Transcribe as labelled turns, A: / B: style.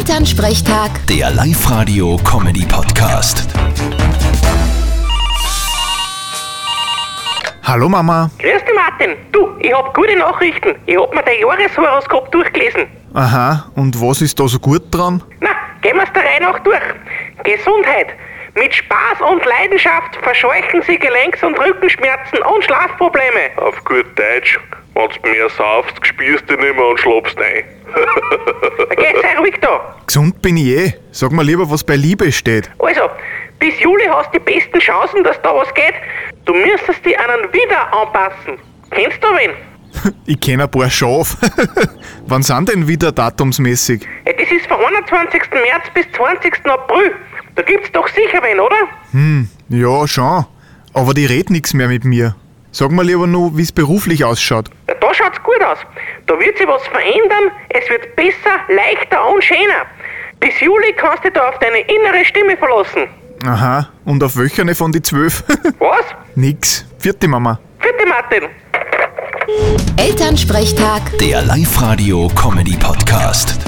A: Elternsprechtag,
B: Der Live-Radio-Comedy-Podcast.
C: Hallo Mama.
D: Grüß dich, Martin. Du, ich hab gute Nachrichten. Ich hab mir dein Jahreshoroskop durchgelesen.
C: Aha, und was ist da so gut dran?
D: Na, gehen wir's der Reihe nach durch. Gesundheit. Mit Spaß und Leidenschaft verscheuchen Sie Gelenks- und Rückenschmerzen und Schlafprobleme.
E: Auf gut Deutsch, wenn's mehr saufst, spürst du nimmer und schlappst ein.
D: Okay, sei ruhig da.
C: Gesund bin ich eh. Sag mal lieber, was bei Liebe steht.
D: Also, bis Juli hast du die besten Chancen, dass da was geht. Du müsstest dich einen wieder anpassen. Kennst du wen?
C: Ich kenn ein paar Schaf. Wann sind denn wieder datumsmäßig?
D: Ja, Das ist vom 21. März bis 20. April. Da gibt's doch sicher wen, oder?
C: Ja, schon. Aber die redet nix mehr mit mir. Sag mal lieber nur, wie's beruflich ausschaut.
D: Ja, Da schaut's gut aus. Da wird sich was verändern, es wird besser, leichter und schöner. Bis Juli kannst du da auf deine innere Stimme verlassen.
C: Aha, und auf wöcherne von die zwölf?
D: Was?
C: nix. Vierte Mama.
D: Bitte, Martin.
A: Elternsprechtag.
B: Der Live-Radio-Comedy-Podcast.